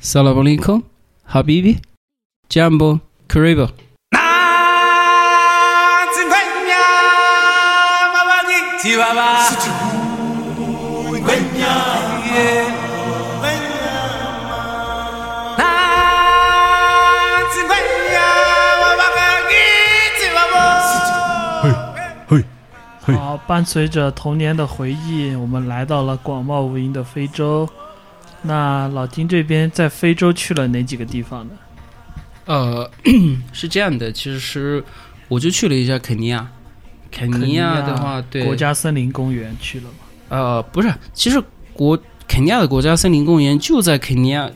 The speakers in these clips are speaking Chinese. Salam alaikum, Habibi, Jambo, Kariba。好，伴随着童年的回忆，我们来到了广袤无垠的非洲。那老金这边在非洲去了哪几个地方呢？呃， 是这样的，其实我就去了一下肯尼亚。肯尼亚的话，对国家森林公园去了吗？呃，不是，其实国肯尼亚的国家森林公园就在肯尼亚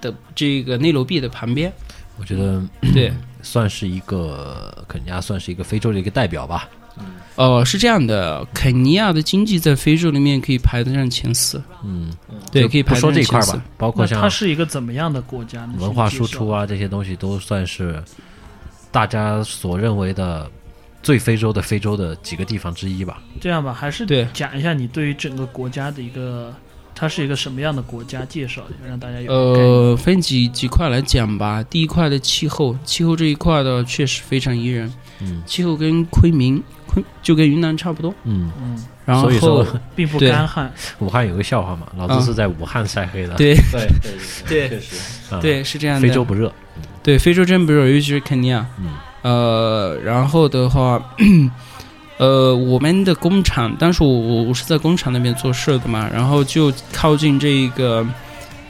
的这个内罗毕的旁 边。我觉得对，算是一个肯尼亚，算是一个非洲的一个代表吧。呃，是这样的，肯尼亚的经济在非洲里面可以排得上前四。嗯，对，就可以排不得说上这一前块四吧，，包括那它像是一个怎么样的国家呢？文化请介输绍出啊这些东西，都算是大家所认为的最非洲的非洲的几个地方之一吧。这样吧，还是对讲一下你对于整个国家的一个，它是一个什么样的国家，介绍一下，让大家有个概念。呃，分几几块来讲吧。第一块的气候，气候这一块的确实非常宜人，嗯气候跟昆明、昆就跟云南差不多。嗯，嗯，然后所以说 并不对干旱，武汉有个笑话嘛，老子嗯是在武汉晒黑的。 对对对对确实，啊，对是这样的，非洲不热。对非洲真不热，尤其是肯尼亚。嗯呃，然后的话， 呃，我们的工厂，当时我我我是在工厂那边做事的嘛，然后就靠近这一个。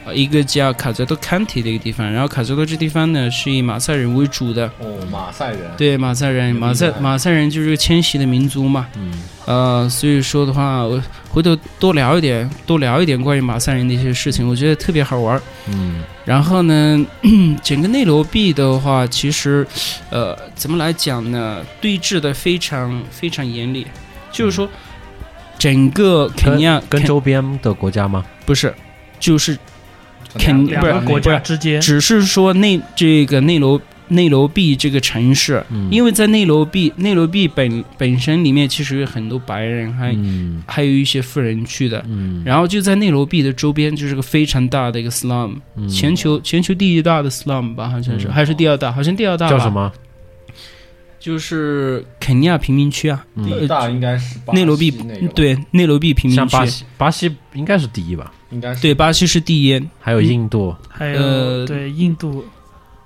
呃一个叫卡加多坎提的一个地方，然后卡加多这地方呢是以马赛人为主的，哦，马赛人，对马赛人，明白马赛马赛人就是个迁徙的民族嘛，嗯呃，所以说的话，我回头多聊一点，多聊一点关于马赛人的一些事情，我觉得特别好玩儿。嗯然后呢， 整个内罗毕的话，其实，呃，怎么来讲呢？对峙的非常非常严厉，就是说，整个肯尼亚跟肯周边的国家吗？不是，就是肯肯定两不是个国家之间，只是说内这个内罗内罗毕这个城市，嗯，因为为在内罗毕内罗毕本本身里面其实有很多白人，还、嗯还有一些富人区的。嗯，然后就在内罗毕的周边，就是个非常大的一个 slum，、嗯全球全球第一大的 slum 吧，好像是、嗯还是第二大，好像第二大吧叫什？么？就是肯尼亚贫民区啊，嗯第一大应该是巴西内罗毕那个吧，对，内罗毕贫民像区巴，西，巴西应该是第一吧？应该是对，巴西是第一，还有印度，还有、呃对印度，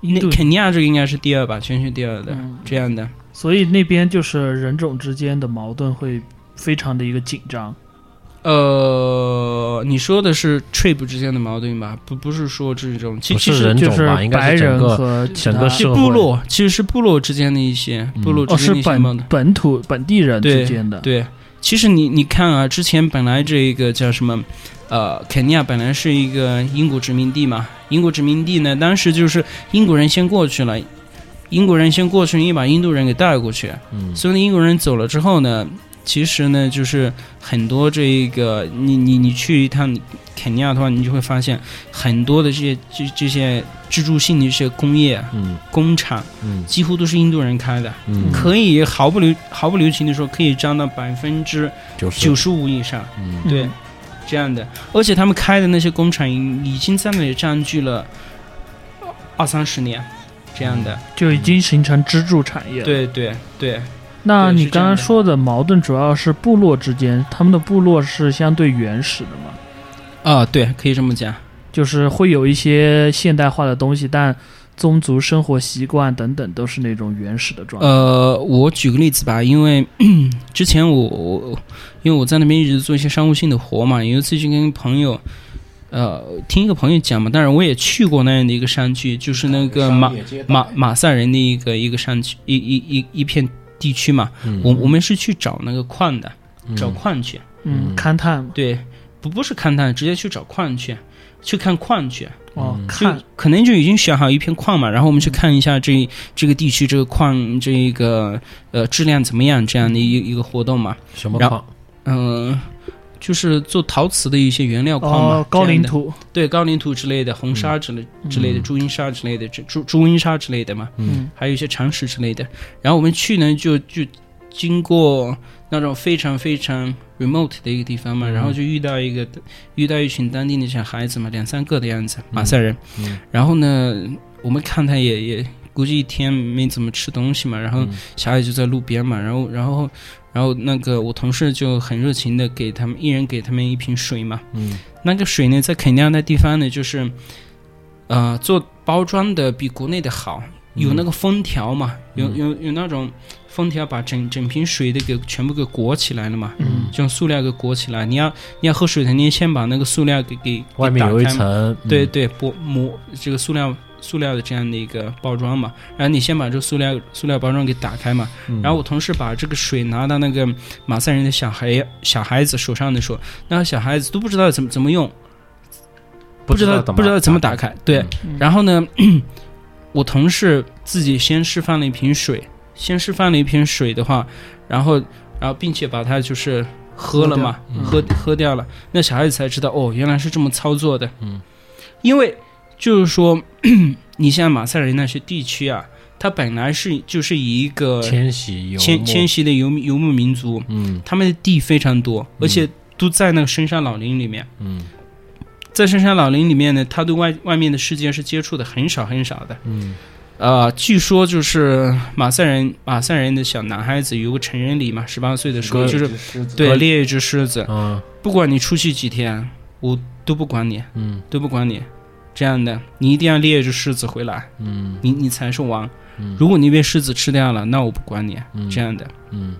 印那度，肯尼亚这个应该是第二吧，全球第二的、嗯这样的。所以那边就是人种之间的矛盾会非常的一个紧张。呃，你说的是 trip 之间的矛盾吧？不，不是说这种，其不其是实人就种是吧？应白该是整人个和整个是社会部落，其实是部落之间的一些啊嗯部落哦之是间的一些矛本盾。本土本地人对之间的，对，其实你你看啊，之前本来这个叫什么，呃，肯尼亚本来是一个英国殖民地嘛，英国殖民地呢，当时就是英国人先过去了，英国人先过去，你把印度人给带过去，嗯所以呢，英国人走了之后呢，其实呢，就是很多这个，你你你去一趟肯尼亚的话，你就会发现很多的这些这这些支柱性的这些工业嗯工厂，嗯几乎都是印度人开的。嗯，可以毫不留毫不留情的说，可以占到百分之九九十五以上，嗯嗯对，这样的。而且他们开的那些工厂已已经在那里占据了二三十年，这样的。就已经形成支柱产业了。对对啊对，那对你是这刚样刚的说的矛盾主要是部落之间，他们的部落是相对原始的嘛，啊，对，可以这么讲。就是会有一些现代化的东西，但宗族生活习惯等等都是那种原始的状态。呃，我举个例子吧，因为 之前我我因为我在那边一直做一些商务性的活嘛，有一次就跟朋友。呃，听一个朋友讲嘛，当然我也去过那样的一个山区，就是那个马商业街道马马赛人的一个一个山区，一一一一片地区嘛。嗯我我们是去找那个矿的，找嗯矿去。嗯，嗯勘探嘛，对，不不是勘探，直接去找矿去，去看矿去。哦，嗯就看可能就已经选好一片矿嘛，然后我们去看一下这这个地区这个矿这个呃质量怎么样这样的嗯一一个活动嘛。什么然矿？嗯、就是做陶瓷的一些原料矿嘛，哦，高这样岭的土，对高岭土之类的红砂之类、之类的嗯朱茵砂之类的这朱朱茵砂之类的嘛。嗯嗯，还有一些常识之类的。然后我们去呢，就就经过那种非常非常 remote 的一个地方嘛，嗯然后就遇到一个遇到一群当地的小孩子嘛，两三个的样子，马赛人。嗯然后呢，我们看他也也估计一天没怎么吃东西嘛，然后嗯小孩就在路边嘛，然后然后然后那个我同事就很热情的给他们一人给他们一瓶水嘛，嗯那个水呢在肯尼亚那地方呢就是，呃，做包装的比国内的好，嗯有那个封条嘛，有有有那种封条把整整瓶水的给全部给裹起来了嘛。嗯就用塑料给裹起来，你要你要喝水的，你先把那个塑料给给外面有一，给打开嘛层，嗯对，对，薄膜这个塑料塑料的这样的一个包装嘛，然后你先把这个塑料塑料包装给打开嘛，嗯然后我同事把这个水拿到那个马赛人的小孩小孩子手上的时候，那个小孩子都不知道怎么怎么用，不不知道怎么不知道怎么打开，对，嗯嗯然后呢， 我同事自己先示范了一瓶水，先示范了一瓶水的话，然后然后并且把它就是喝了嘛，喝嗯喝喝掉了，那小孩子才知道哦，原来是这么操作的，嗯，因为就是说， 你像马赛人那些地区啊，它本来是就是以一个迁徙游迁牧迁徙的游牧游牧民族，嗯他们的地非常多，而且都在那个深山老林里面。嗯在深山老林里面呢，他对外外面的世界是接触的很少很少的。嗯呃，据说就是马赛人马赛人的小男孩子有个成人礼嘛，十八岁的时候割就是是对猎一只狮子，啊不管你出去几天，我都不管你，嗯都不管你。这样的，你一定要猎一只狮子回来，嗯你你才是王嗯。如果你被狮子吃掉了，那我不管你。嗯这样的，嗯，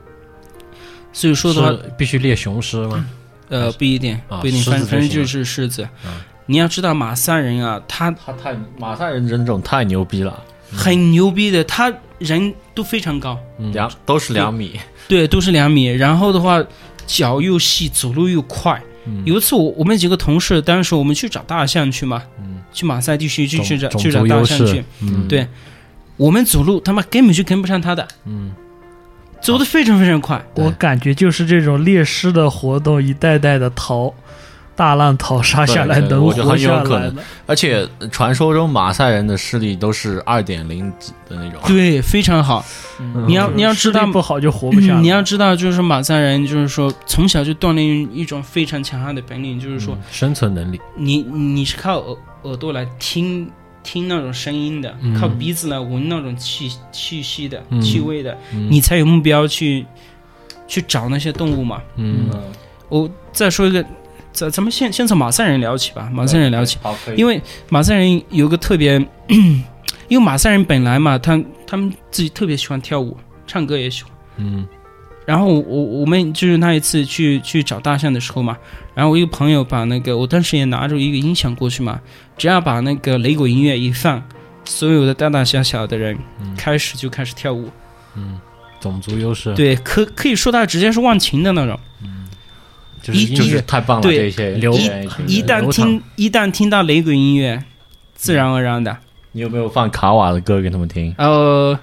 所以说的话，是必须猎雄狮吗？呃，不一定啊，不一定，狮子反就反正行就了是狮子嗯。你要知道马赛人啊，他他太马赛人，人人种太牛逼了，很牛逼的，他人都非常高，嗯两都是两米，对，都是两米。然后的话，脚又细，走路又快。嗯有一次我我们几个同事，当时我们去找大象去嘛，去马赛地区去种去找嗯种去找族大优象去势，，嗯对我们走路他妈根本就跟不上他的，嗯啊走的非常非常快。我感觉就是这种猎狮的活动，一代代的逃，大浪淘沙下来对对能我觉得活很有下可来能的，而且传说中马赛人的视力都是二点零的那种，对，非常好。嗯你要就是你要知道嗯视力不好就活不下来。你要知道，就是马赛人，就是说从小就锻炼一种非常强悍的本领，就是说嗯生存能力，你你是靠耳耳朵来听听那种声音的，嗯靠鼻子来闻那种气气息的、嗯气味的，嗯你才有目标去去找那些动物嘛。嗯嗯，我再说一个，咱咱们先先从马赛人聊起吧，马赛人聊起，好，可以，因为为马赛人有个特别，因为马赛人本来嘛，他他们自己特别喜欢跳舞，唱歌也喜欢。嗯然后我我我们就是那一次去去找大象的时候嘛，然后我一个朋友把那个我当时也拿着一个音响过去嘛，只要把那个雷鬼音乐一放，所有的大大小小的人嗯开始就开始跳舞，嗯，种族优势，对，可可以说他直接是忘情的那种。就是一音就是乐太棒了，对这些流这些一旦流淌听一旦听到雷鬼音乐，自然而然的，你有没有放卡瓦的歌给他们听？呃，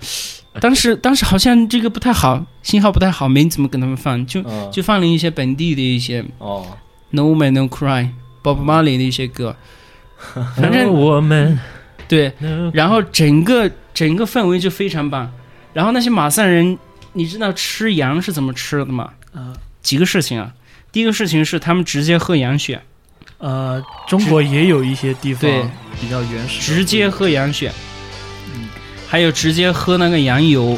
当时当时好像这个不太好，信号不太好，没怎么给他们放，就嗯就放了一些本地的一些哦， No Man No Cry、Bob Marley 的一些歌，反正哦我们对。能然后整个整个氛围就非常棒。然后那些马赛人，你知道吃羊是怎么吃的吗？嗯几个事情啊。第一个事情是他们直接喝羊血，呃，中国也有一些地方对比较原始，直接喝羊血，还有直接喝那个羊油，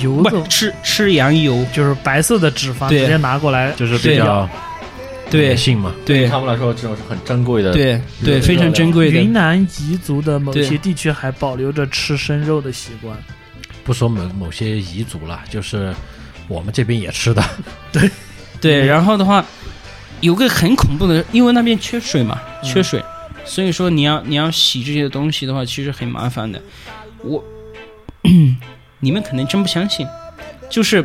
油不的，吃吃羊油。就是白色的脂肪对直接拿过来，就是对比较对野性嘛，对对他们来说，这种是很珍贵的。，对对，非常珍贵云的。南彝族的某对些地区还保留着吃生肉的习惯，不说某某些彝族了，就是我们这边也吃的，对，然后的话，有个很恐怖的，因为那边缺水嘛，缺水，所以说你要你要洗这些东西的话，其实很麻烦的。我， 你们可能真不相信，就是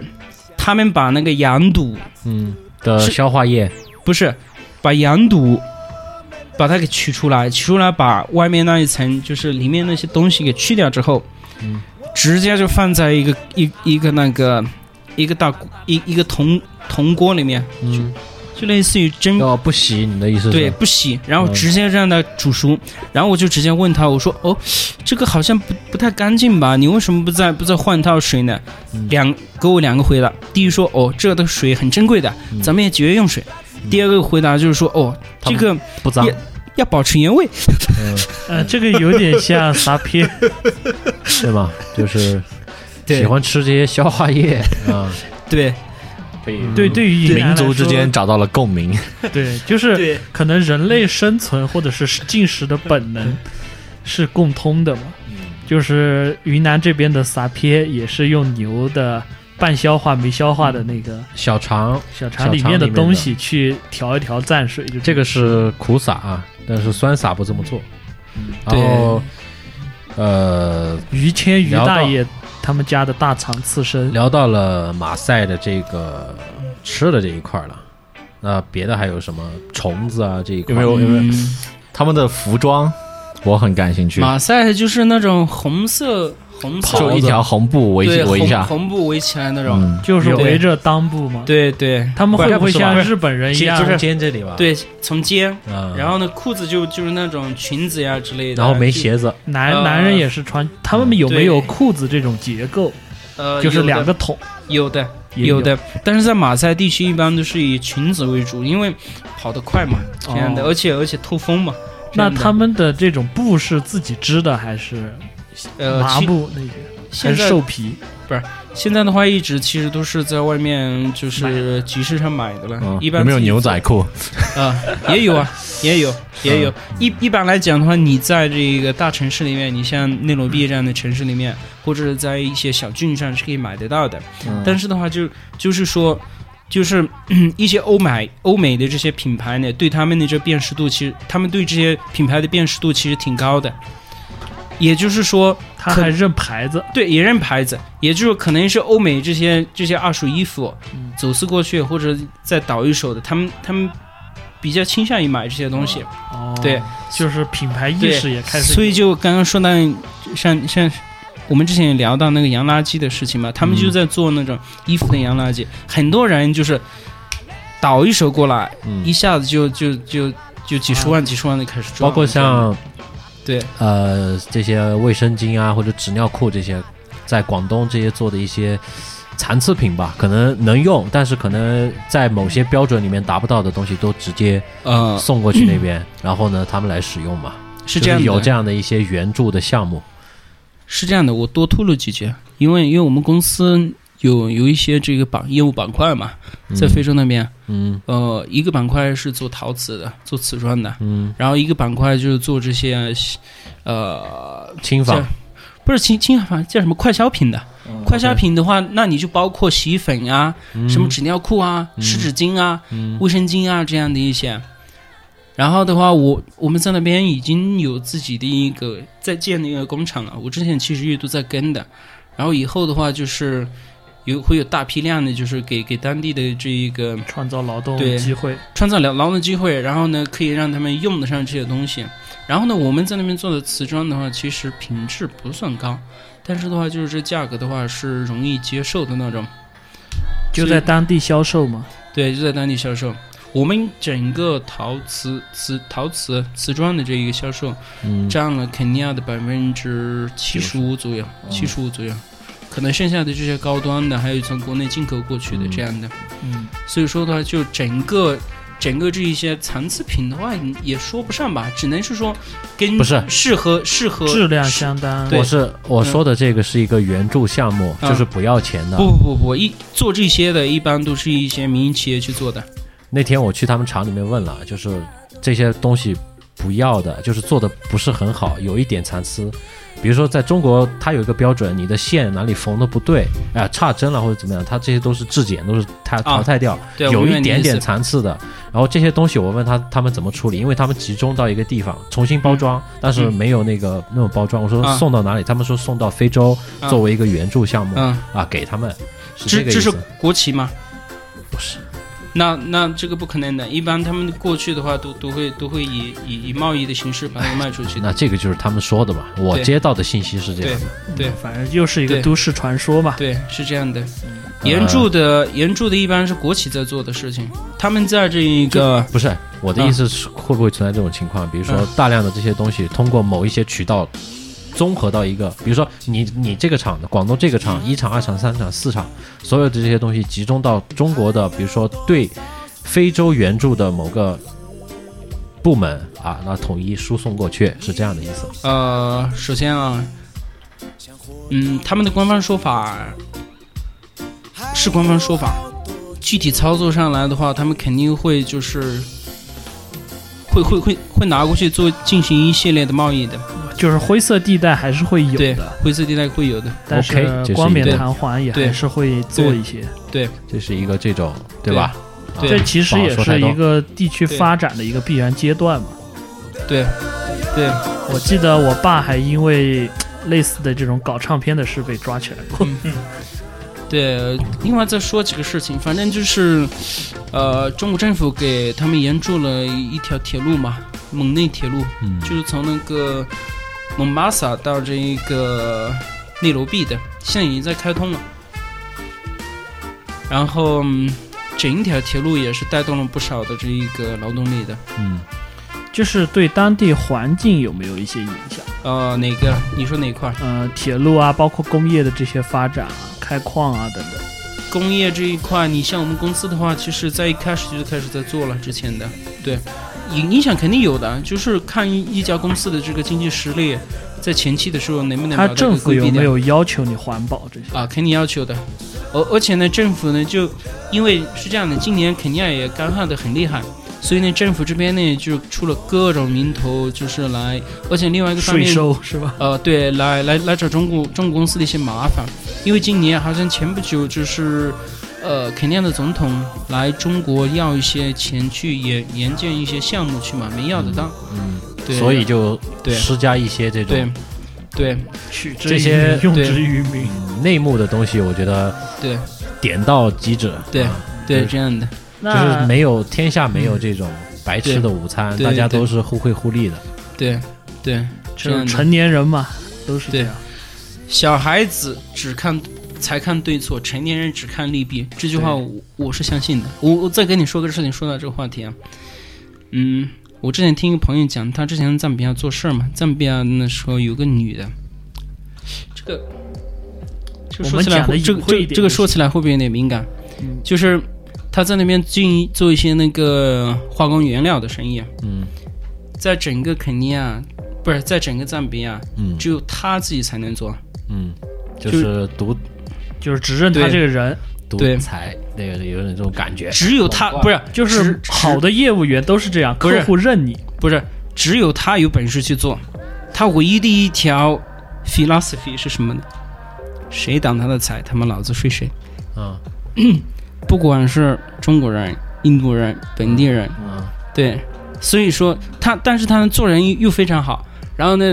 他们把那个羊肚嗯的是消化液，不是把羊肚把它给取出来，取出来把外面那一层就是里面那些东西给去掉之后，嗯直接就放在一个一一个那个一个大锅一一个铜铜锅里面，嗯就类似于蒸要不洗，你的意思是？对，不洗，然后嗯直接让它煮熟，然后我就直接问他，我说：“哦，这个好像不不太干净吧？你为什么不再不再换套水呢？”嗯两给我两个回答，第一说：“哦，这个的水很珍贵的，嗯咱们也节约用水。第二个回答就是说：“哦，他这们个不脏。要保持原味。嗯呃，这个有点像 撒撇，对吗？就是对喜欢吃这些消化液啊，”对可嗯以对，对于云南民来族之说间，找到了共鸣。对，就是对可能人类生存或者是进食的本 能是共通的嘛。嗯就是云南这边的撒撇也是用牛的半消化、没消化的那个小肠小小肠里肠面的里面东的西去调一调蘸水，就这个是苦撒啊，但是酸撒不这么做。然对后，呃，于谦于聊大到爷他们家的大肠刺身，聊到了马赛的这个吃的这一块了，那别的还有什么虫子啊这一块？有没有嗯他们的服装我很感兴趣，马赛就是那种红色红色就一条红布围对围一下红，红布围起来那种，嗯，就是有围着裆部嘛。对对他们会不会不然像不日本人一接样？中间这里吧？，对，从肩，嗯，然后呢裤子就就是那种裙子呀之类的，然后没就鞋子，男、呃男人也是穿，他们有没有对裤子这种结构？呃，就是有的两个桶，有的，也有有的，但是在马赛地区一般都是以裙子为主，因为跑得快嘛，这样的，哦而且而且透风嘛。这那样的他们的这种布是自己织的还是呃，麻其布那些？还现是在兽皮？现在的话，一直其实都是在外面就买是集市上买的了，嗯一般有没有自己牛仔裤？嗯啊、也有 啊，也有，也有。一一般来讲的话，你在这个大城市里面，你像内罗毕这样的城市里面，或者是在一些小郡上是可以买得到的。嗯但是的话就，就是说，就是嗯一些欧美欧美的这些品牌呢，对他们的这辨识度，其实他们对这些品牌的辨识度其实挺高的。也就是说，他可还认牌子，对，也认牌子，也就是可能是欧美这些这些二手衣服嗯走私过去或者再倒一手的，他们他们比较倾向于买这些东西，哦，对，就是品牌意对识也开始有，所以就刚刚说到像像我们之前也聊到那个洋垃圾的事情嘛，他们嗯就在做那种衣服的洋垃圾，很多人就是倒一手过来，一嗯，下子就就就就几十万几十万的开始赚，哦包括像对呃这些卫生巾啊或者纸尿裤这些，在广东这些做的一些残次品吧，可能能用，但是可能在某些标准里面达不到的东西，都直接呃送过去那边，然后呢他们来使用嘛，是这样的，就有这样的一些援助的项目。是这样的，我多透露几句，因为因为我们公司有有一些这个板业务板块嘛，在非洲那边，嗯呃，一个板块是做陶瓷的，做瓷砖的，嗯，然后一个板块就是做这些，呃，轻纺这不是轻轻反叫什么快消品的，快消品的话，那你就包括洗衣粉啊，什么纸尿裤啊、湿纸巾啊、卫生巾啊这样的一些。然后的话，我我们在那边已经有自己的一个在建的一个工厂了。我之前其实也都在跟的，然后以后的话就是有会有大批量的，就是给给当地的这一个创造劳动对机会，创造劳劳动机会，然后呢可以让他们用得上这些东西。然后呢，我们在那边做的瓷砖的话，其实品质不算高，但是的话就是这价格的话是容易接受的那种。所就以在当地销售嘛。对，就在当地销售。我们整个陶瓷、瓷陶瓷、瓷砖的这一个销售，嗯占了肯尼亚的百分之七十五左右，七十五左右。可能剩下的这些高端的，还有从国内进口过去的嗯这样的，嗯，所以说的话，就整个整个这一些残次品的话，也说不上吧，只能是说跟不是适合适合嗯质量适相当。对我是我说的这个是一个援助项目，嗯就是不要钱的。不不不不，一做这些的，一般都是一些民营企业去做的。那天我去他们厂里面问了，就是这些东西不要的，就是做的不是很好，有一点残疵。比如说，在中国，它有一个标准，你的线哪里缝的不对，哎、差针了或者怎么样，它这些都是质检，都是它淘汰掉，啊对，我有明白一你的点意点思残次的。然后这些东西，我问他他们怎么处理，因为他们集中到一个地方重新包装，但是嗯没有那个那种包装。我说啊送到哪里？他们说送到非洲啊作为一个援助项目嗯。啊，给他们。是这这个这意是思。国旗吗？不是。那那这个不可能的，一般他们过去的话都都会都会以以以贸易的形式把它卖出去的。那这个就是他们说的吧？我对接到的信息是这样的。嗯对反正又是一个对都市传说嘛。嗯对，是这样的。援助的援助的一般是国企在做的事情，他们在这一个不是我的意嗯思是，会不会存在这种情况？比如说，大量的这些东西通过某一些渠道综合到一个，比如说你你这个厂的广东这个嗯厂一厂、二厂、三厂、四厂，所有的这些东西集中到中国的，比如说对非洲援助的某个部门啊，那统一输送过去，是这样的意思。呃，首先啊，嗯，他们的官方说法是官方说法，具体操作上来的话，他们肯定会就是会会会会拿过去做进行一系列的贸易的，就是灰色地带还是会有对的，，灰色地带会有的，但 OK，这是一个是冠冕堂皇也还是会做一些。这是一个这种对吧？对这对其实也是一个地区发展的一个必然阶段嘛。对对，我记得我爸还因为类似的这种搞唱片的事被抓起来过。对，另外再说几个事情，反正就是，呃，中国政府给他们援助了一条铁路嘛，蒙内铁路，嗯就是从那个蒙巴萨到这一个内罗毕的，现在已经在开通了。然后，嗯整一条铁路也是带动了不少的这一个劳动力的。嗯，就是对当地环境有没有一些影响？呃，哪个？你说哪块儿？呃，铁路啊，包括工业的这些发展啊、开矿啊等等。工业这一块，你像我们公司的话，其实在一开始就开始在做了之前的，对，影影响肯定有的，就是看一一家公司的这个经济实力，在前期的时候能不能它把这个政府规避有没掉有要求你环保这些？啊？肯定要求的，而而且呢，政府呢就因为是这样的，今年肯尼亚也干旱的很厉害。所以呢，政府这边呢就出了各种名头，就是来，而且另外一个方税面收是 吧？呃，对，来来来找中国中国公司的一些麻烦，因为今年好像前不久就是，呃，肯尼亚的总统来中国要一些钱去援援建一些项目去嘛，没要得到，嗯对，所以就对施加一些这对种对取之这于些 民，用对之于民。嗯内幕的东西，我觉得对点到即止。对啊对就是这样的，就是那没有天下没有这种白吃的午餐，对大家都是互惠互利的。对对，这就是样的成年人嘛，都是这对样。小孩子只看才看对错，成年人只看利弊。这句话我我是相信的。我我再跟你说个事情，说到这个话题啊，嗯，我之前听一个朋友讲，他之前在赞比亚做事儿嘛，赞比亚那时候有个女的，这个这个我说们起来讲得会这隐个晦这一个点这个就说起来会不会有点敏感？嗯就是他在那边进做一些那个化工原料的生意，啊嗯，在整个肯尼亚不是在整个赞比亚，嗯只有他自己才能做。嗯，就是独就是只认他对这个人，独对裁，那个有点这种感觉。只有他懂了不是，就是只好的业务员都是这样，不是客户认你。不是只有他有本事去做。他唯一的一条 philosophy 是什么呢？谁挡他的财，他们老子睡谁。啊嗯 不管是中国人、印度人、本地人，嗯对，所以说他，但是他们做人又又非常好。然后呢，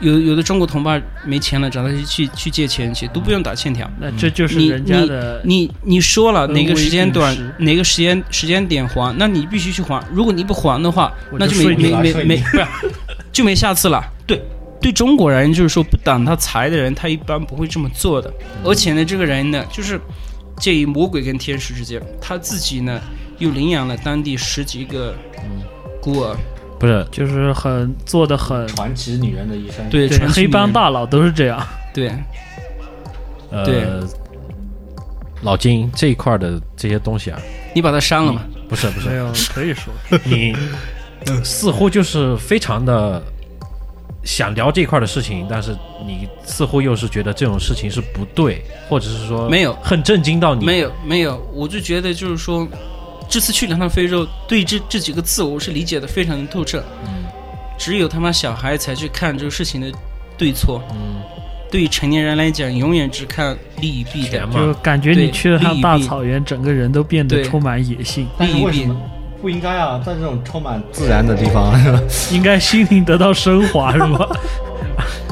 有有的中国同胞没钱了，找他去去去借钱去，都不用打欠条。那这就是你人家的你你说了呃哪个时间段微信时、哪个时间时间点还，那你必须去还。如果你不还的话，我就那就睡没你没了没睡你没不是，就没下次了。对，对中国人就是说不挡他财的人，他一般不会这么做的。而且呢，这个人呢，就是介于魔鬼跟天使之间，他自己呢又领养了当地十几个孤儿，不是就是很做的很，传奇女人的一生，对，对传奇黑帮名人，大佬都是这样。对对呃，老金这一块的这些东西啊，你把他删了嘛？不是不是没，嗯 有嗯可以说，你似乎就是非常的想聊这一块的事情，但是你似乎又是觉得这种事情是不对，或者是说没有很震惊到你，没有没有，我就觉得就是说，这次去了趟非洲，对这这几个字我是理解的非常的透彻。嗯只有他妈小孩才去看这个事情的对错，嗯对于成年人来讲，永远只看利与弊的钱。嘛就感觉你对去了趟利益大弊草原，整个人都变得对充满野性， 但是利为弊什么不应该啊？在这种充满自然的地 方，应该心灵得到升华，是吧？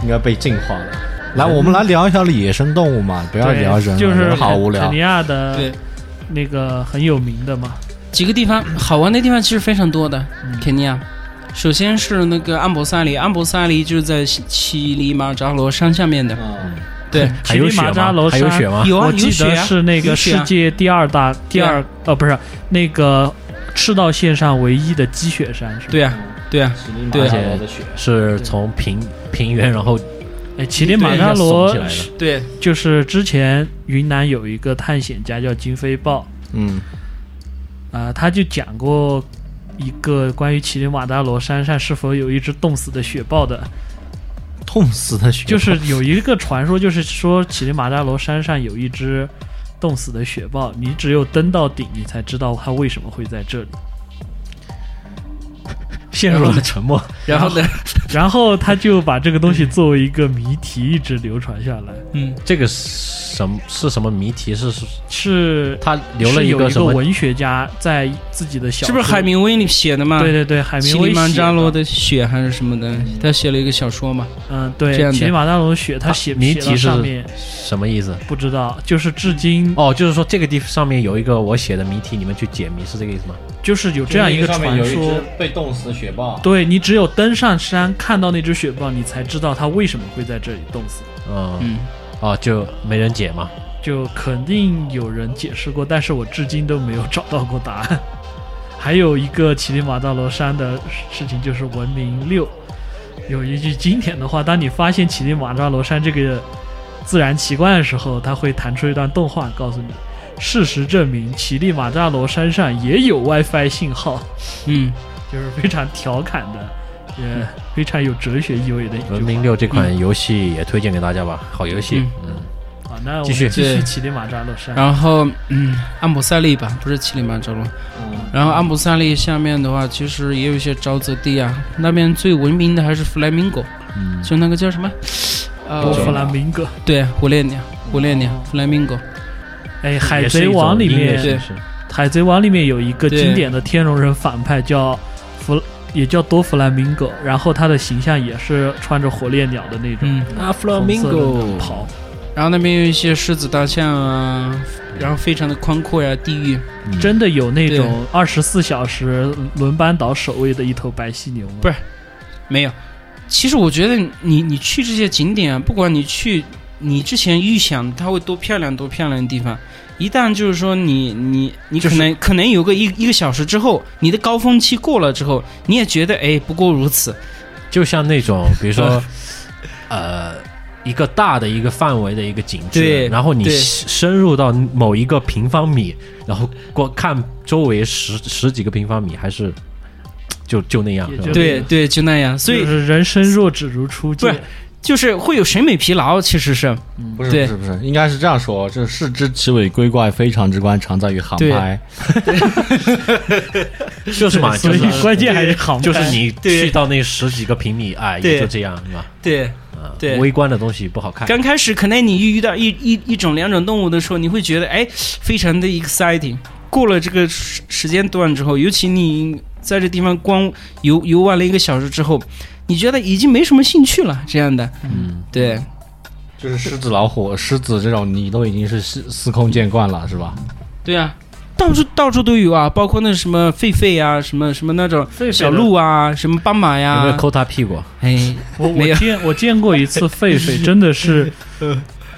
应该被净化了。来，我们来聊一聊野生动物 嘛，不要对聊人了，就是人好无肯聊尼。亚的对，那个很有名的嘛，几个地方好玩的地方其实非常多的，嗯肯尼亚。首先是那个安博萨里，安博萨里就是在西西里马扎罗山下面的，嗯，对，还有乞力马雪扎吗？罗还山有雪吗？有啊，我有记雪得啊是那个有雪世啊界第二大、第对啊二呃，不是那个赤道线上唯一的积雪山，是吧？对呀、对呀、对而啊且是从平平原，然后哎，乞力马扎一下耸起来罗的是对，就是之前云南有一个探险家叫金飞豹嗯，啊、他就讲过一个关于乞力马扎罗山上是否有一只冻死的雪豹的，痛死的雪，就是有一个传说，就是说乞力马扎罗山上有一只冻死的雪豹，你只有登到顶，你才知道它为什么会在这里。呃陷入了沉默。然后呢， 然后他就把这个东西作为一个谜题一直流传下来，嗯，这个是什么是什么谜题？是是是他留了是有个一什个么？文学家在自己的 小是不是说海？明威你写的嘛？对对对，海乞明威力马写扎罗，的雪还是什么的，他写了一个小说嘛。嗯，这样对，的乞力马扎罗的雪，他写啊谜写到题是上面什么意思？不知道，就是至今哦，就是说这个地方上面有一个我写的谜题，你们去解谜，是这个意思吗？就是有这样一个传说，被冻死的雪豹，对你只有登上山看到那只雪豹，你才知道它为什么会在这里冻死。嗯，嗯，哦，就没人解嘛。就肯定有人解释过，但是我至今都没有找到过答案。还有一个乞力马扎罗山的事情就是文明六，有一句经典的话：当你发现乞力马扎罗山这个自然奇观的时候，它会弹出一段动画告诉你。事实证明，乞力马扎罗山上也 有 WiFi 信号，嗯，就是非常调侃的，也非常有哲学意味的一句话。文明六这款游戏也推荐给大家吧，好游戏。嗯，好，那我们继续继续对乞力马扎罗山。然后嗯，阿姆塞利吧，不是乞力马扎罗。然后阿姆塞利下面的话，其实也有一些沼泽地啊，那边最闻名的还是弗莱明狗，就那个叫什么？多弗呃，拉明戈，对，火烈鸟，火烈鸟哦，弗莱明狗。哎，《海也是一贼种王》里音乐面对形式《海贼王》里面有一个对经典的天龙人反派叫弗，也叫多弗兰明戈，然后他的形象也是穿着火烈鸟的那种嗯，啊红色的，Flamingo 袍。然后那边有一些狮子、大象啊，然后非常的宽阔呀、地域。真的有那种二十四小时轮班倒守卫的一头白犀牛吗？不是没有。其实我觉得你你去这些景点啊，不管你去你之前预想它会多漂亮多漂亮的地方，一旦就是说你你你可能、可能有个一一个小时之后，你的高峰期过了之后，你也觉得哎不过如此。就像那种，比如说， 呃，一个大的一个范围的一个景致，对然后你对深入到某一个平方米，然后光看周围十十几个平方米，还是就就那样，也是吧就对对，就那样，所以就是人生若只如初不见是。就是会有审美疲劳，其实是不是不对是不是，应该是这样说，这是之其尾归怪，非常之观，常在于航对拍。就是啊嘛，就 所以是关键还是航拍，就是你哎对去到那十几个平米，哎，对也就这样，是吧？对。啊，对微观的东西不好看。刚开始可能你遇到一一一种两种动物的时候，你会觉得哎，非常的 exciting。过了这个时时间段之后，尤其你在这地方光游游玩了一个小时之后，你觉得已经没什么兴趣了，这样的，嗯，对就是狮子、老虎、狮子这种，你都已经是司司空见惯了，是吧？对啊，到处到处都有啊，包括那什么狒狒啊，什么什么那种狒狒的小鹿啊，什么斑马有没有呀，抠他屁股？哎，我没我有见我见过 一次狒狒，真的是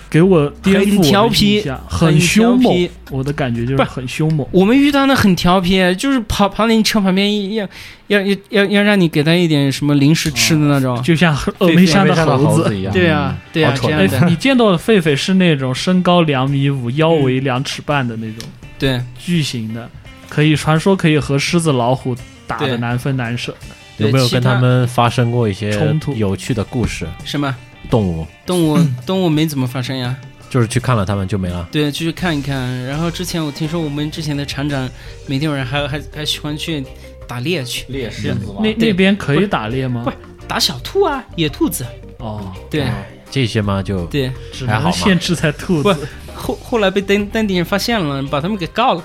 给我颠覆我很的调皮印象很很凶调猛皮。我的感觉就是不是很凶猛。我们遇到那很调皮，啊就是跑跑到你车旁边，要要要要要让你给他一点什么零食吃的那种，就像峨眉山的像那猴猴子。一样，对啊，对好啊，这蠢样 哎，的，你见到的狒狒是那种身高两米五、腰围两尺半的那种对。巨型的，可以传说可以和狮子、老虎打对的难分难舍。对有没有其跟他他们发生过一些冲突有趣的故事？什么动物动物动物没怎么发生呀？就是去看了他们就没了。对，就去看一看。然后之前我听说我们之前的厂长每天晚上还还还喜欢去打猎去，猎狮子那对那边可以打猎吗不？打小兔啊，野兔子。哦，对这些嘛，就对，只还好嘛能限制在兔不子。后后来被登登顶人发现了，把他们给告了。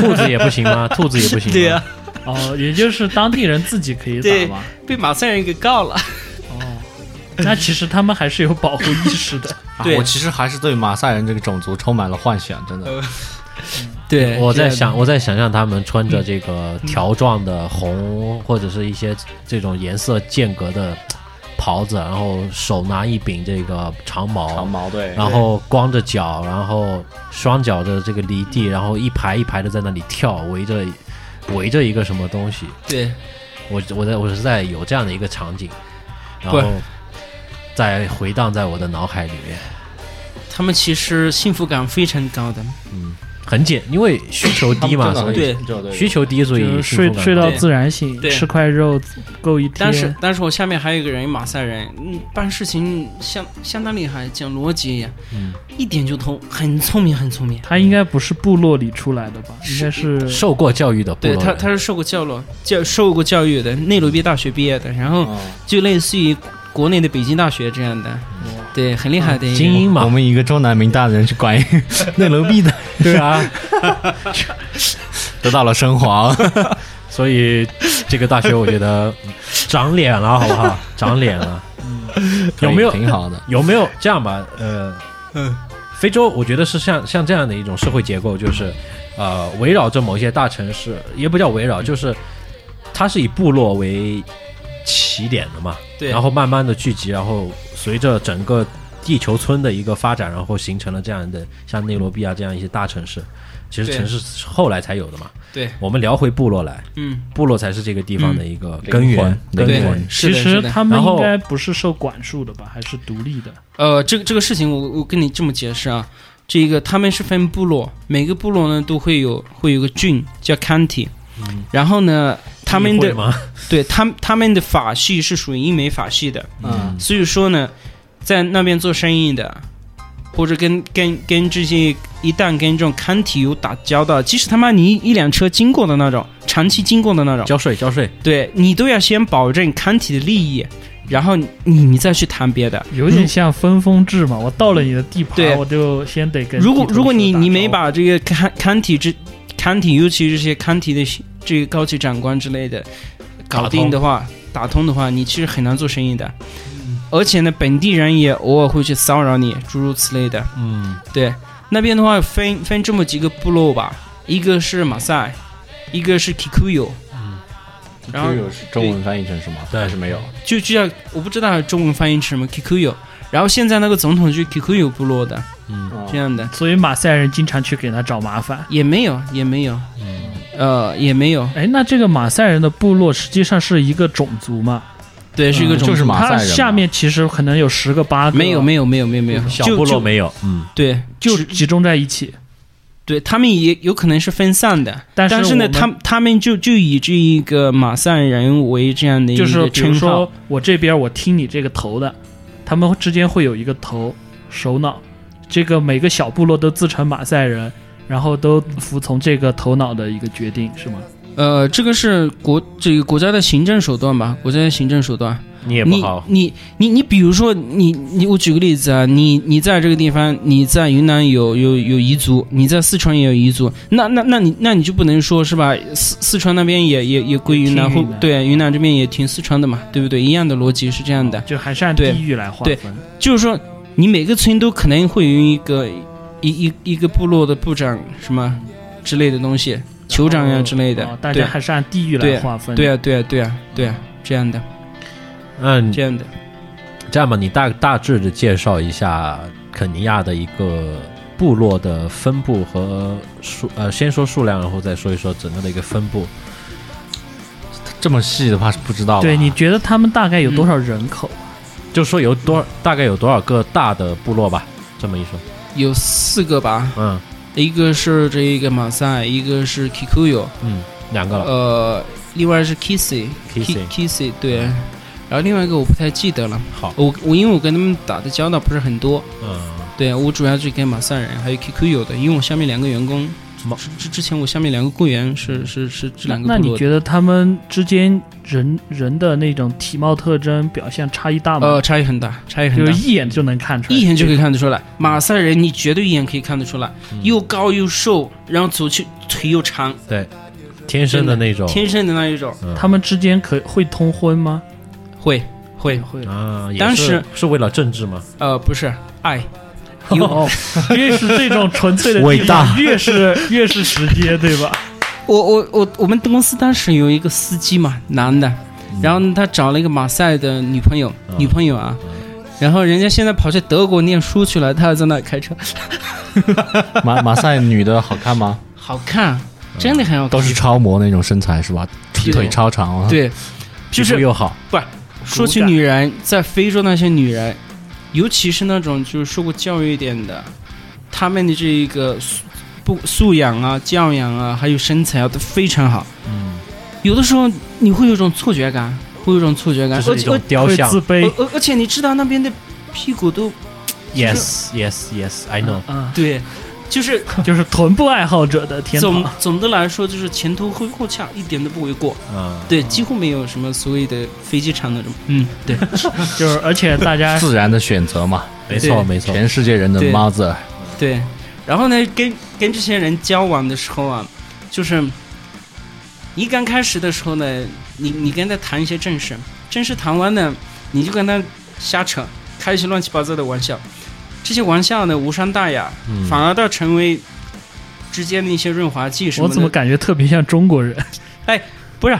兔子也不行吗？兔子也不行吗。对呀、哦，也就是当地人自己可以对打嘛。被马赛人给告了。哦，那其实他们还是有保护意识的。啊对我其实还是对马赛人这个种族充满了幻想，真的。对，我在这样的，想，我在想象他们穿着这个条状的红或者是一些这种颜色间隔的袍子，然后手拿一柄这个长矛，长矛对，然后光着脚，然后双脚的这个离地，然后一排一排的在那里跳，围着围着一个什么东西。对，我我在我是在有这样的一个场景，然后对再回荡在我的脑海里面。他们其实幸福感非常高的，很简，因为需求低嘛，他所们以真的很对需求低，所就以是幸睡福感睡到高自然醒，对吃块肉够一天。但是但是我下面还有一个人，马赛人，嗯，办事情相相当厉害，讲逻辑，嗯一点就通，很聪明，很聪明。他应该不是部落里出来的吧？应该是受过教育的部对落他，人，他是受过教育，教受过教育的，内罗毕大学毕业的，然后哦嗯就类似于国内的北京大学这样的，对，很厉害的一个啊精英我嘛，们一个中南民大的人去管内楼壁的， 对啊，得到了升 华。所以这个大学我觉得长脸了，好不好？长脸了，有没有可以挺好的？有没有这样吧？呃，嗯非洲我觉得是像像这样的一种社会结构，就是呃围绕着某些大城市，也不叫围绕，就是它是以部落为起点的嘛，对，然后慢慢的聚集，然后随着整个地球村的一个发展，然后形成了这样的像内罗毕啊这样一些大城市。其实对城市是后来才有的嘛。对，我们聊回部落来，嗯，部落才是这个地方的一个根灵源魂，根对源，。是其的，是实的。他们然后应该不是受管束的吧？还是独立的？呃，这个这个事情我，我跟你这么解释啊，这个他们是分部落，每个部落呢都会有会有个郡叫 county，、然后呢，他们嗯议会的吗？对他们他们的法系是属于英美法系的，嗯，所以说呢，在那边做生意的，或者跟跟跟这些一旦跟这种 county 有打交道，即使他妈你一一辆车经过的那种，长期经过的那种，交税交税，对你都要先保证 county 的利益，然后你你再去谈别的。有点像分封制嘛。我到了你的地对盘，我就先得跟地头蛇打招呼。如果如果你你没把这个康康体这康体，尤其是这些康体的这个高级长官之类的搞定的话，打通的话，你其实很难做生意的。嗯而且呢，本地人也偶尔会去骚扰你，诸如此类的。嗯，对，那边的话分分这么几个部落吧，一个是马赛，一个是 Kikuyu，然嗯后这个是中文翻译成什么？对还是没有？就就叫我不知道中文翻译成什么 Kikuyu。然后现在那个总统是 Kikuyu 部落的，嗯这样的所以马赛人经常去给他找麻烦。也没有，也没有，嗯呃，也没有，哎，那这个马赛人的部落实际上是一个种族嘛？嗯对，是一个种族、就是马他赛人嘛下面其实可能有十个八个，没有，没有，没有，没有，没有，小就部落就没有，嗯，对，就只集中在一起。对他们也有可能是分散的，但是呢，我们他们他们就就以这一个马赛人为这样的一就是个比如称号说，我这边我听你这个头的，他们之间会有一个头首脑，这个每个小部落都自称马赛人，然后都服从这个头脑的一个决定，是吗？呃，这个是国这个国家的行政手段吧，国家的行政手段。你也不你好，你你你，比如说你你，我举个例子啊，你你在这个地方，你在云南有有有彝族，你在四川也有彝族，那那那你那你就不能说是吧？四四川那边也也也归云南，听或云南对啊云南这边也听四川的嘛，对不对？一样的逻辑是这样的。哦就还是按地域来划对分。就是说，你每个村都可能会有一个一一一个部落的部长什么之类的东西，酋长呀然后之类的哦，大对家还是按地域来划分。对啊，对啊，对啊，对啊，这样的，嗯，这样的。这样吧，你大大致的介绍一下肯尼亚的一个部落的分布和数，呃，先说数量，然后再说一说整个的一个分布。这么细的话是不知道吧。对，你觉得他们大概有多少人口？嗯就说有多大概有多少个大的部落吧，这么一说，有四个吧，嗯一个是这个马赛，一个是 Kikuyu，嗯，两个了呃，另外是 Kisi， ，Kissy， Kisi，对，然后另外一个我不太记得了，好，我我因为我跟他们打的交道不是很多，嗯，对我主要是跟马赛人还有 Kikuyu 的，因为我下面两个员工马，之之之前我下面两个雇员是是是这两个那部你落的觉得他们之间人人的那种体貌特征表现差异大吗？呃，差异很大，差异很就大是。一眼就能看出来，一眼就可以看得出来，马赛人你绝对一眼可以看得出来，嗯又高又瘦，然后走去腿又长，天生的那种，天生的那一种。嗯他们之间可会通婚吗？会会，会啊，也当是时是为了政治吗？呃，不是爱， 有哦， 越是这种纯粹的地方伟大越是越是直接，对吧？我我我我们公司当时有一个司机嘛，男的，嗯然后他找了一个马赛的女朋友，嗯女朋友啊，然后人家现在跑去德国念书去了，他还在那开车，马马赛女的好看吗？好看，啊真的很好看， 嗯都是超模那种身材是吧？对腿超长啊，对，皮就肤是又好，说起女人，在非洲那些女人，尤其是那种就是受过教育一点的，她们的这一个素不素养啊、教养啊，还有身材啊，都非常好。嗯，有的时候你会有一种错觉感，会有一种错觉感，而就 是一且种雕会像。自卑而 而而且你知道那边的屁股都 Yes, yes, yes, I know。啊，对， 就是就是臀部爱好者的天总堂。总的来说就是前途会后畅，一点都不为过。嗯，对，几乎没有什么所谓的飞机场那种。嗯，对， 就是而且大家自然的选择嘛，没错，对没错。全世界人的对 mother，对，然后呢，跟跟这些人交往的时候啊，就是你刚开始的时候呢，你你跟他谈一些正事，正事谈完呢，你就跟他瞎扯，开一些乱七八糟的玩笑，这些玩笑呢无伤大雅，嗯反而倒成为之间的一些润滑剂什么我的。怎么感觉特别像中国人？不是？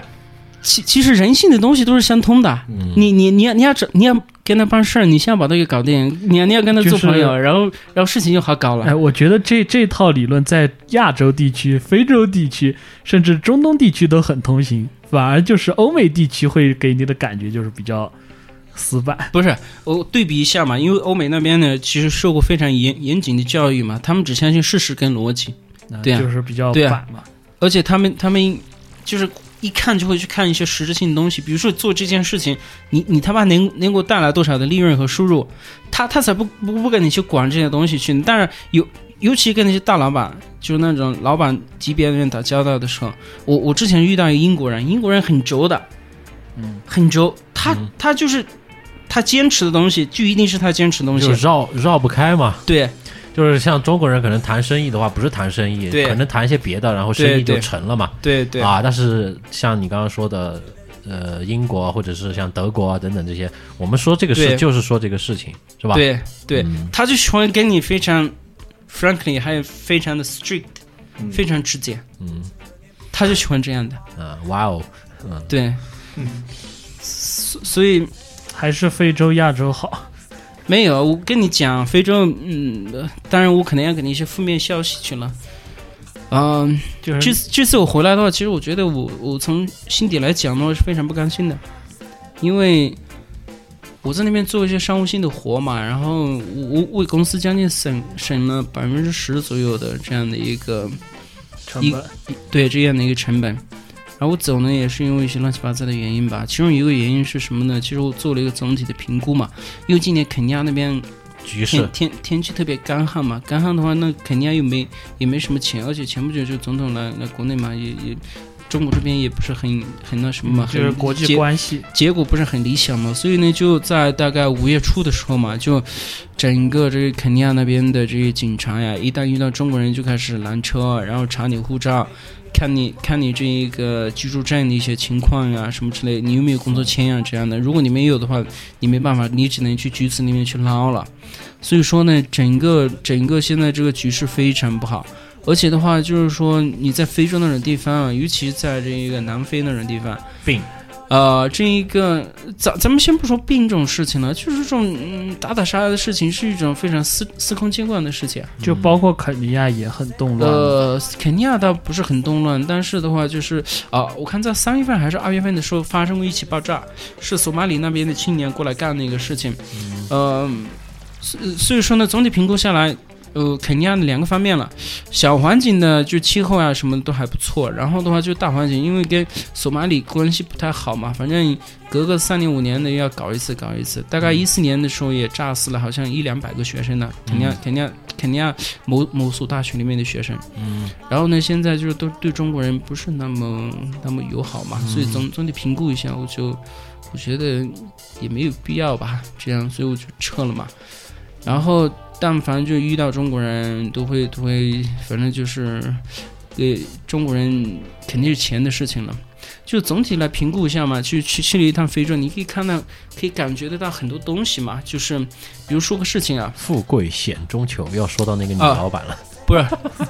其其实人性的东西都是相通的。你你你要你要找你要跟他办事儿，你先把他给搞定，你要你要跟他做就是朋友，然后然后事情就好搞了。哎，我觉得这这套理论在亚洲地区、非洲地区，甚至中东地区都很通行，反而就是欧美地区会给你的感觉就是比较死板。 不是，我对比一下嘛，因为欧美那边呢，其实受过非常严严谨的教育嘛，他们只相信事实跟逻辑，啊对啊就是比较对啊板嘛。而且他们他们就是一看就会去看一些实质性的东西，比如说做这件事情，你你他妈能能给我带来多少的利润和收入，他他才不不不跟你去管这些东西去。但是有尤其跟那些大老板，就是那种老板级别的人打交道的时候，我我之前遇到一个英国人，英国人很轴的，嗯，很轴，他、嗯他就是。他坚持的东西就一定是他坚持的东西，就是绕绕不开嘛，对就是像中国人可能谈生意的话，不是谈生意，对可能谈一些别的，然后生对意就对成了嘛。对对，啊，但是像你刚刚说的，呃，英国或者是像德国啊等等这些，我们说这个事对就是说这个事情，是吧？对对，嗯他就喜欢跟你非常 frankly，还有非常的 strict，、非常直接，嗯他就喜欢这样的。啊，哇哦，嗯，对，所所以还是非洲、亚洲好。没有，我跟你讲，非洲，嗯，呃当然我可能要给你一些负面消息去了。嗯，就是这次这次我回来的话，其实我觉得我我从心底来讲的话是非常不甘心的，因为我在那边做一些商务性的活嘛，然后我我为公司将近省省了百分之十左右的这样的一个成本对这样的一个成本。然后我走呢，也是因为一些乱七八糟的原因吧。其中一个原因是什么呢？其实我做了一个总体的评估嘛，因为今年肯尼亚那边局势天，天天气特别干旱嘛，干旱的话，那肯尼亚又没也没什么钱，而且前不久就总统来来国内嘛，也也中国这边也不是很很那什么嘛，嗯就是嗯很国际结关系，结果不是很理想嘛，所以呢，就在大概五月初的时候嘛，就整个这个肯尼亚那边的这些警察呀，一旦遇到中国人就开始拦车，啊然后查你护照，看你看你这一个居住证的一些情况呀，什么之类，你有没有工作签呀这样的。如果你没有的话，你没办法，你只能去局子那边去捞了。所以说呢，整个整个现在这个局势非常不好。而且的话，就是说你在非洲那种地方啊，尤其在这个南非那种地方，病呃，这一个咱咱们先不说病这种事情了，就是这种嗯打打杀杀的事情是一种非常司司空见惯的事情。就包括肯尼亚也很动嗯乱。呃，肯尼亚倒不是很动乱，但是的话就是啊、我看在三月份还是二月份的时候发生过一起爆炸，是索马里那边的青年过来干的一个事情。嗯呃，所所以说呢，总体评估下来，呃，肯尼亚的两个方面了，小环境呢就气候啊什么的都还不错，然后的话就大环境，因为跟索马里关系不太好嘛，反正隔个三年五年的要搞一次搞一次，大概一四年的时候也炸死了好像一两百个学生呢，嗯肯尼亚肯尼亚肯尼亚某某所大学里面的学生，嗯，然后呢，现在就是都对中国人不是那么那么友好嘛，所以总总得评估一下，我就我觉得也没有必要吧，这样，所以我就撤了嘛。然后但凡就遇到中国人，都会都会，反正就是给中国人肯定是钱的事情了。就总体来评估一下嘛，去去去了一趟非洲，你可以看到，可以感觉得到很多东西嘛。就是比如说个事情啊，富贵险中求，要说到那个女啊老 板了，不是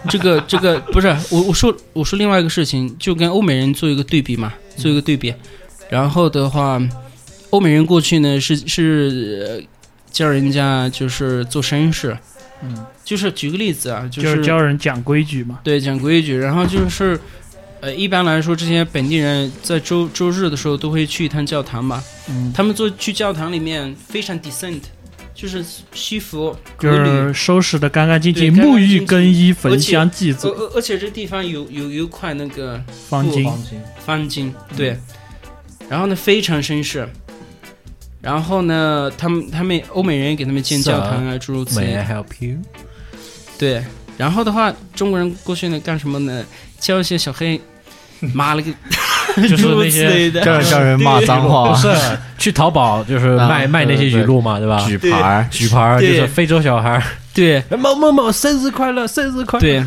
这个这个不是我我说我说另外一个事情，就跟欧美人做一个对比嘛，做一个对比。然后的话，欧美人过去呢是是呃教人家就是做绅士，嗯，就是举个例子啊，就就是是教人讲规矩嘛，对讲规矩，然后就是呃一般来说这些本地人在周周日的时候都会去一趟教堂嘛，嗯，他们做去教堂里面非常 decent，就是西服就革履是收拾的干干净净，对干干沐净净呃浴更衣，焚香祭而祖，而而且这地方有有有一块那个方巾，方巾，对。然后呢，非常绅士。然后呢，他们他们欧美人给他们建教堂啊，诸如此 May 类 I。help you？对。然后的话，中国人过去呢干什么呢？教一些小 黑，妈了 个，就是诸如那此些类叫的。人叫人骂脏话 不， 是啊去淘宝就是啊卖卖那些对对语录嘛，对吧？举牌儿，举牌儿就对是非洲小孩儿，对某某某生日快乐，生日快乐。对，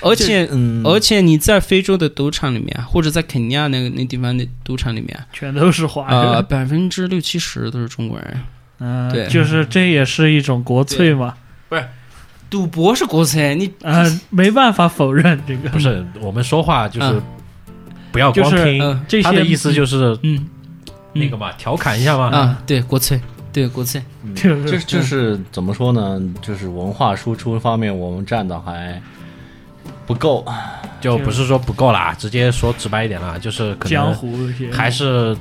而且。嗯，而且你在非洲的赌场里面啊，或者在肯尼亚那个那地方的赌场里面 啊，全都是华呃，人，百分之六七十都是中国人。嗯、对就是这也是一种国粹嘛，赌博是国粹，你嗯、没办法否认 这个不是我们说话就是嗯不要光就是听，嗯这些嗯他的意思就是嗯，那个嘛，调侃一下嘛。啊，对国粹，对国粹。就是就就是怎么说呢？就是文化输出方面，我们占的还不够。就不是说不够啦，直接说直白一点啦，就是可江能湖一些还是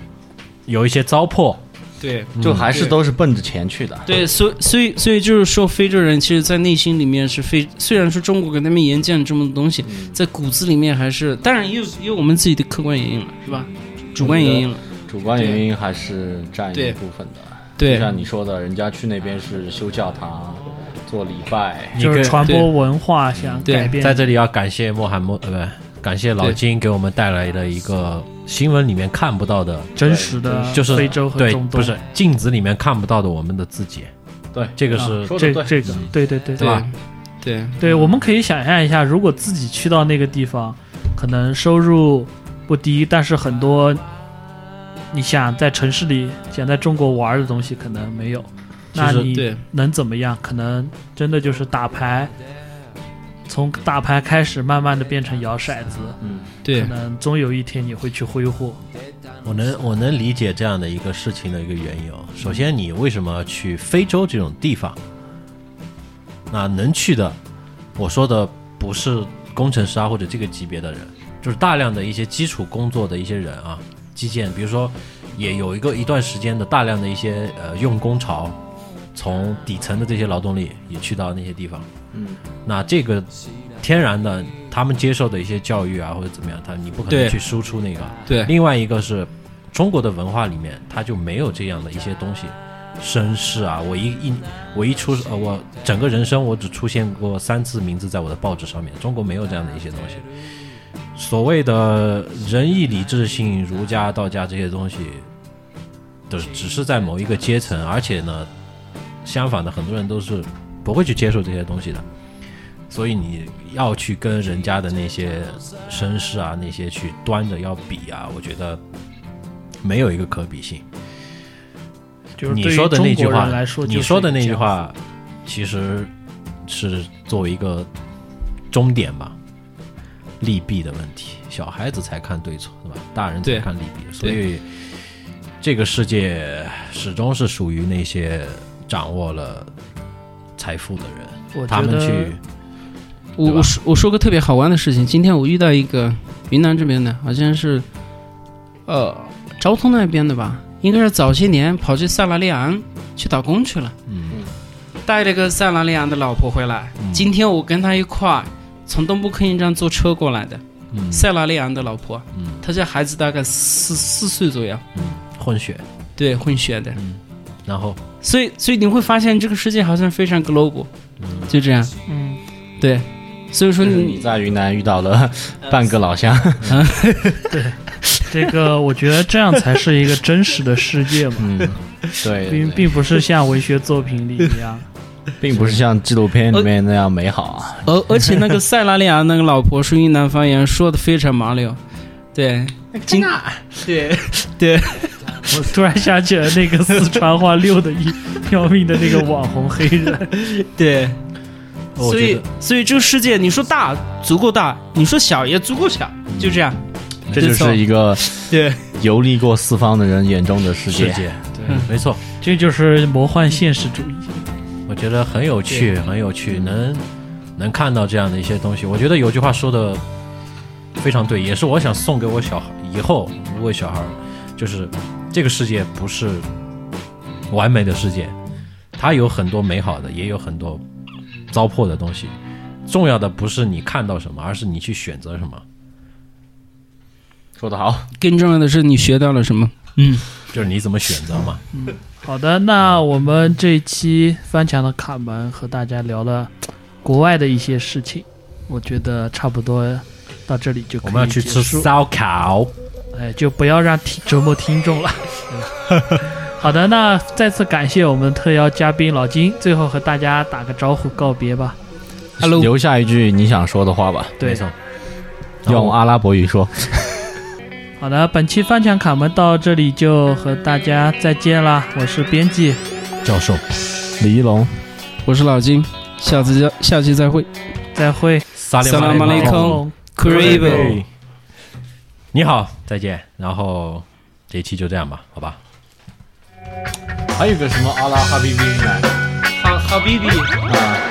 有一些糟粕。对嗯就还是对都是奔着钱去的。对，所以所以所以就是说，非洲人其实，在内心里面是非，虽然说中国给他们严禁了这么多东西，嗯在骨子里面还是，当然有有我们自己的客观原因了，是吧？主观原因了，主观原因还是占对一部分的。对就像你说的，人家去那边是修教堂、做礼拜，你就可是以传对播文化，想对改变在这里要感谢穆罕默，呃，不是，感谢老金给我们带来了一个新闻里面看不到的，真实的就是非洲和对中，东，不是镜子里面看不到的我们的自己。对，呃这个啊是说这得对这个对对对对吧对对，我们可以想象一下，如果自己去到那个地方，可能收入不低，但是很多你想在城市里想在中国玩的东西可能没有，那其实你对能怎么样？可能真的就是打牌，从打牌开始，慢慢的变成摇骰子，嗯，可对能终有一天你会去挥霍。我能我能理解这样的一个事情的一个缘由。首先，你为什么要去非洲这种地方？那能去的，我说的不是工程师啊或者这个级别的人，就是大量的一些基础工作的一些人啊，基建，比如说也有一个一段时间的大量的一些呃用工潮，从底层的这些劳动力也去到那些地方。嗯，那这个天然的，他们接受的一些教育啊或者怎么样，他你不可能对去输出那个。对另外一个是中国的文化里面，它就没有这样的一些东西，绅士啊，我一一我一出呃，我整个人生我只出现过三次名字在我的报纸上面，中国没有这样的一些东西。所谓的仁义礼智信、儒家、道家这些东西，都是只是在某一个阶层，而且呢，相反的，很多人都是不会去接受这些东西的。所以你要去跟人家的那些绅士啊那些去端着要比啊，我觉得没有一个可比性。就是你对于说的那句中国话人来说，你说的那句，话，其实是作为一个终点吧，利弊的问题。小孩子才看对错，对吧？大人才对看利弊，所以这个世界始终是属于那些掌握了财富的人，我他觉们得去我对吧我说我说个特别好玩的事情，今天我遇到一个云南这边的，好像是呃昭通那边的吧，应该是早些年跑去塞拉利昂去打工去了。嗯带了个塞拉利昂的老婆回来。嗯今天我跟他一块儿从东部客运站坐车过来的，嗯塞拉利昂的老婆，嗯她家孩子大概四四岁左右，嗯混血，对，混血的。然后所以，所以你会发现这个世界好像非常 global，就这样。嗯，对，所以说就是你你在云南遇到了 半个老乡，这个我觉得这样才是一个真实的世界嘛。嗯，对，并对并不是像文学作品里 一样，并不是像纪录片里面那样美好啊。而而且那个塞拉利昂那个老婆说云南方言，说的非常麻溜。对，今 对我突然想起了那个四川话溜的一要命的那个网红黑人，对，我所觉以得所以这个世界，你说大足够大，你说小也足够小，就这样。这就是一个对游历过四方的人眼中的世世界。界，嗯没错，这就是魔幻现实主义。我觉得很有趣，很有趣，能能看到这样的一些东西。我觉得有句话说的非常对，也是我想送给我小孩，以后如果小孩儿就是这个世界不是完美的世界，它有很多美好的，也有很多糟粕的东西。重要的不是你看到什么，而是你去选择什么。说得好，更重要的是你学到了什么。就是你怎么选择嘛。好的，那我们这一期翻墙的卡门和大家聊了国外的一些事情，我觉得差不多到这里就可我以们要去结吃束烧烤，哎，就不要让听折磨听众了。好的，那再次感谢我们特邀嘉宾老金，最后和大家打个招呼告别吧。 Hello，留下一句你想说的话吧，对没，错。用阿拉伯语说。好的，本期翻墙卡门到这里就和大家再见啦，我是编辑，教授，李一龙，我是老金，下次再下期再会。再会。萨 Salam 马 alaikum 各位 Crave。你好，再见。然后这一期就这样吧，好吧。还有个什么阿拉哈比比呢？好好，B B。啊，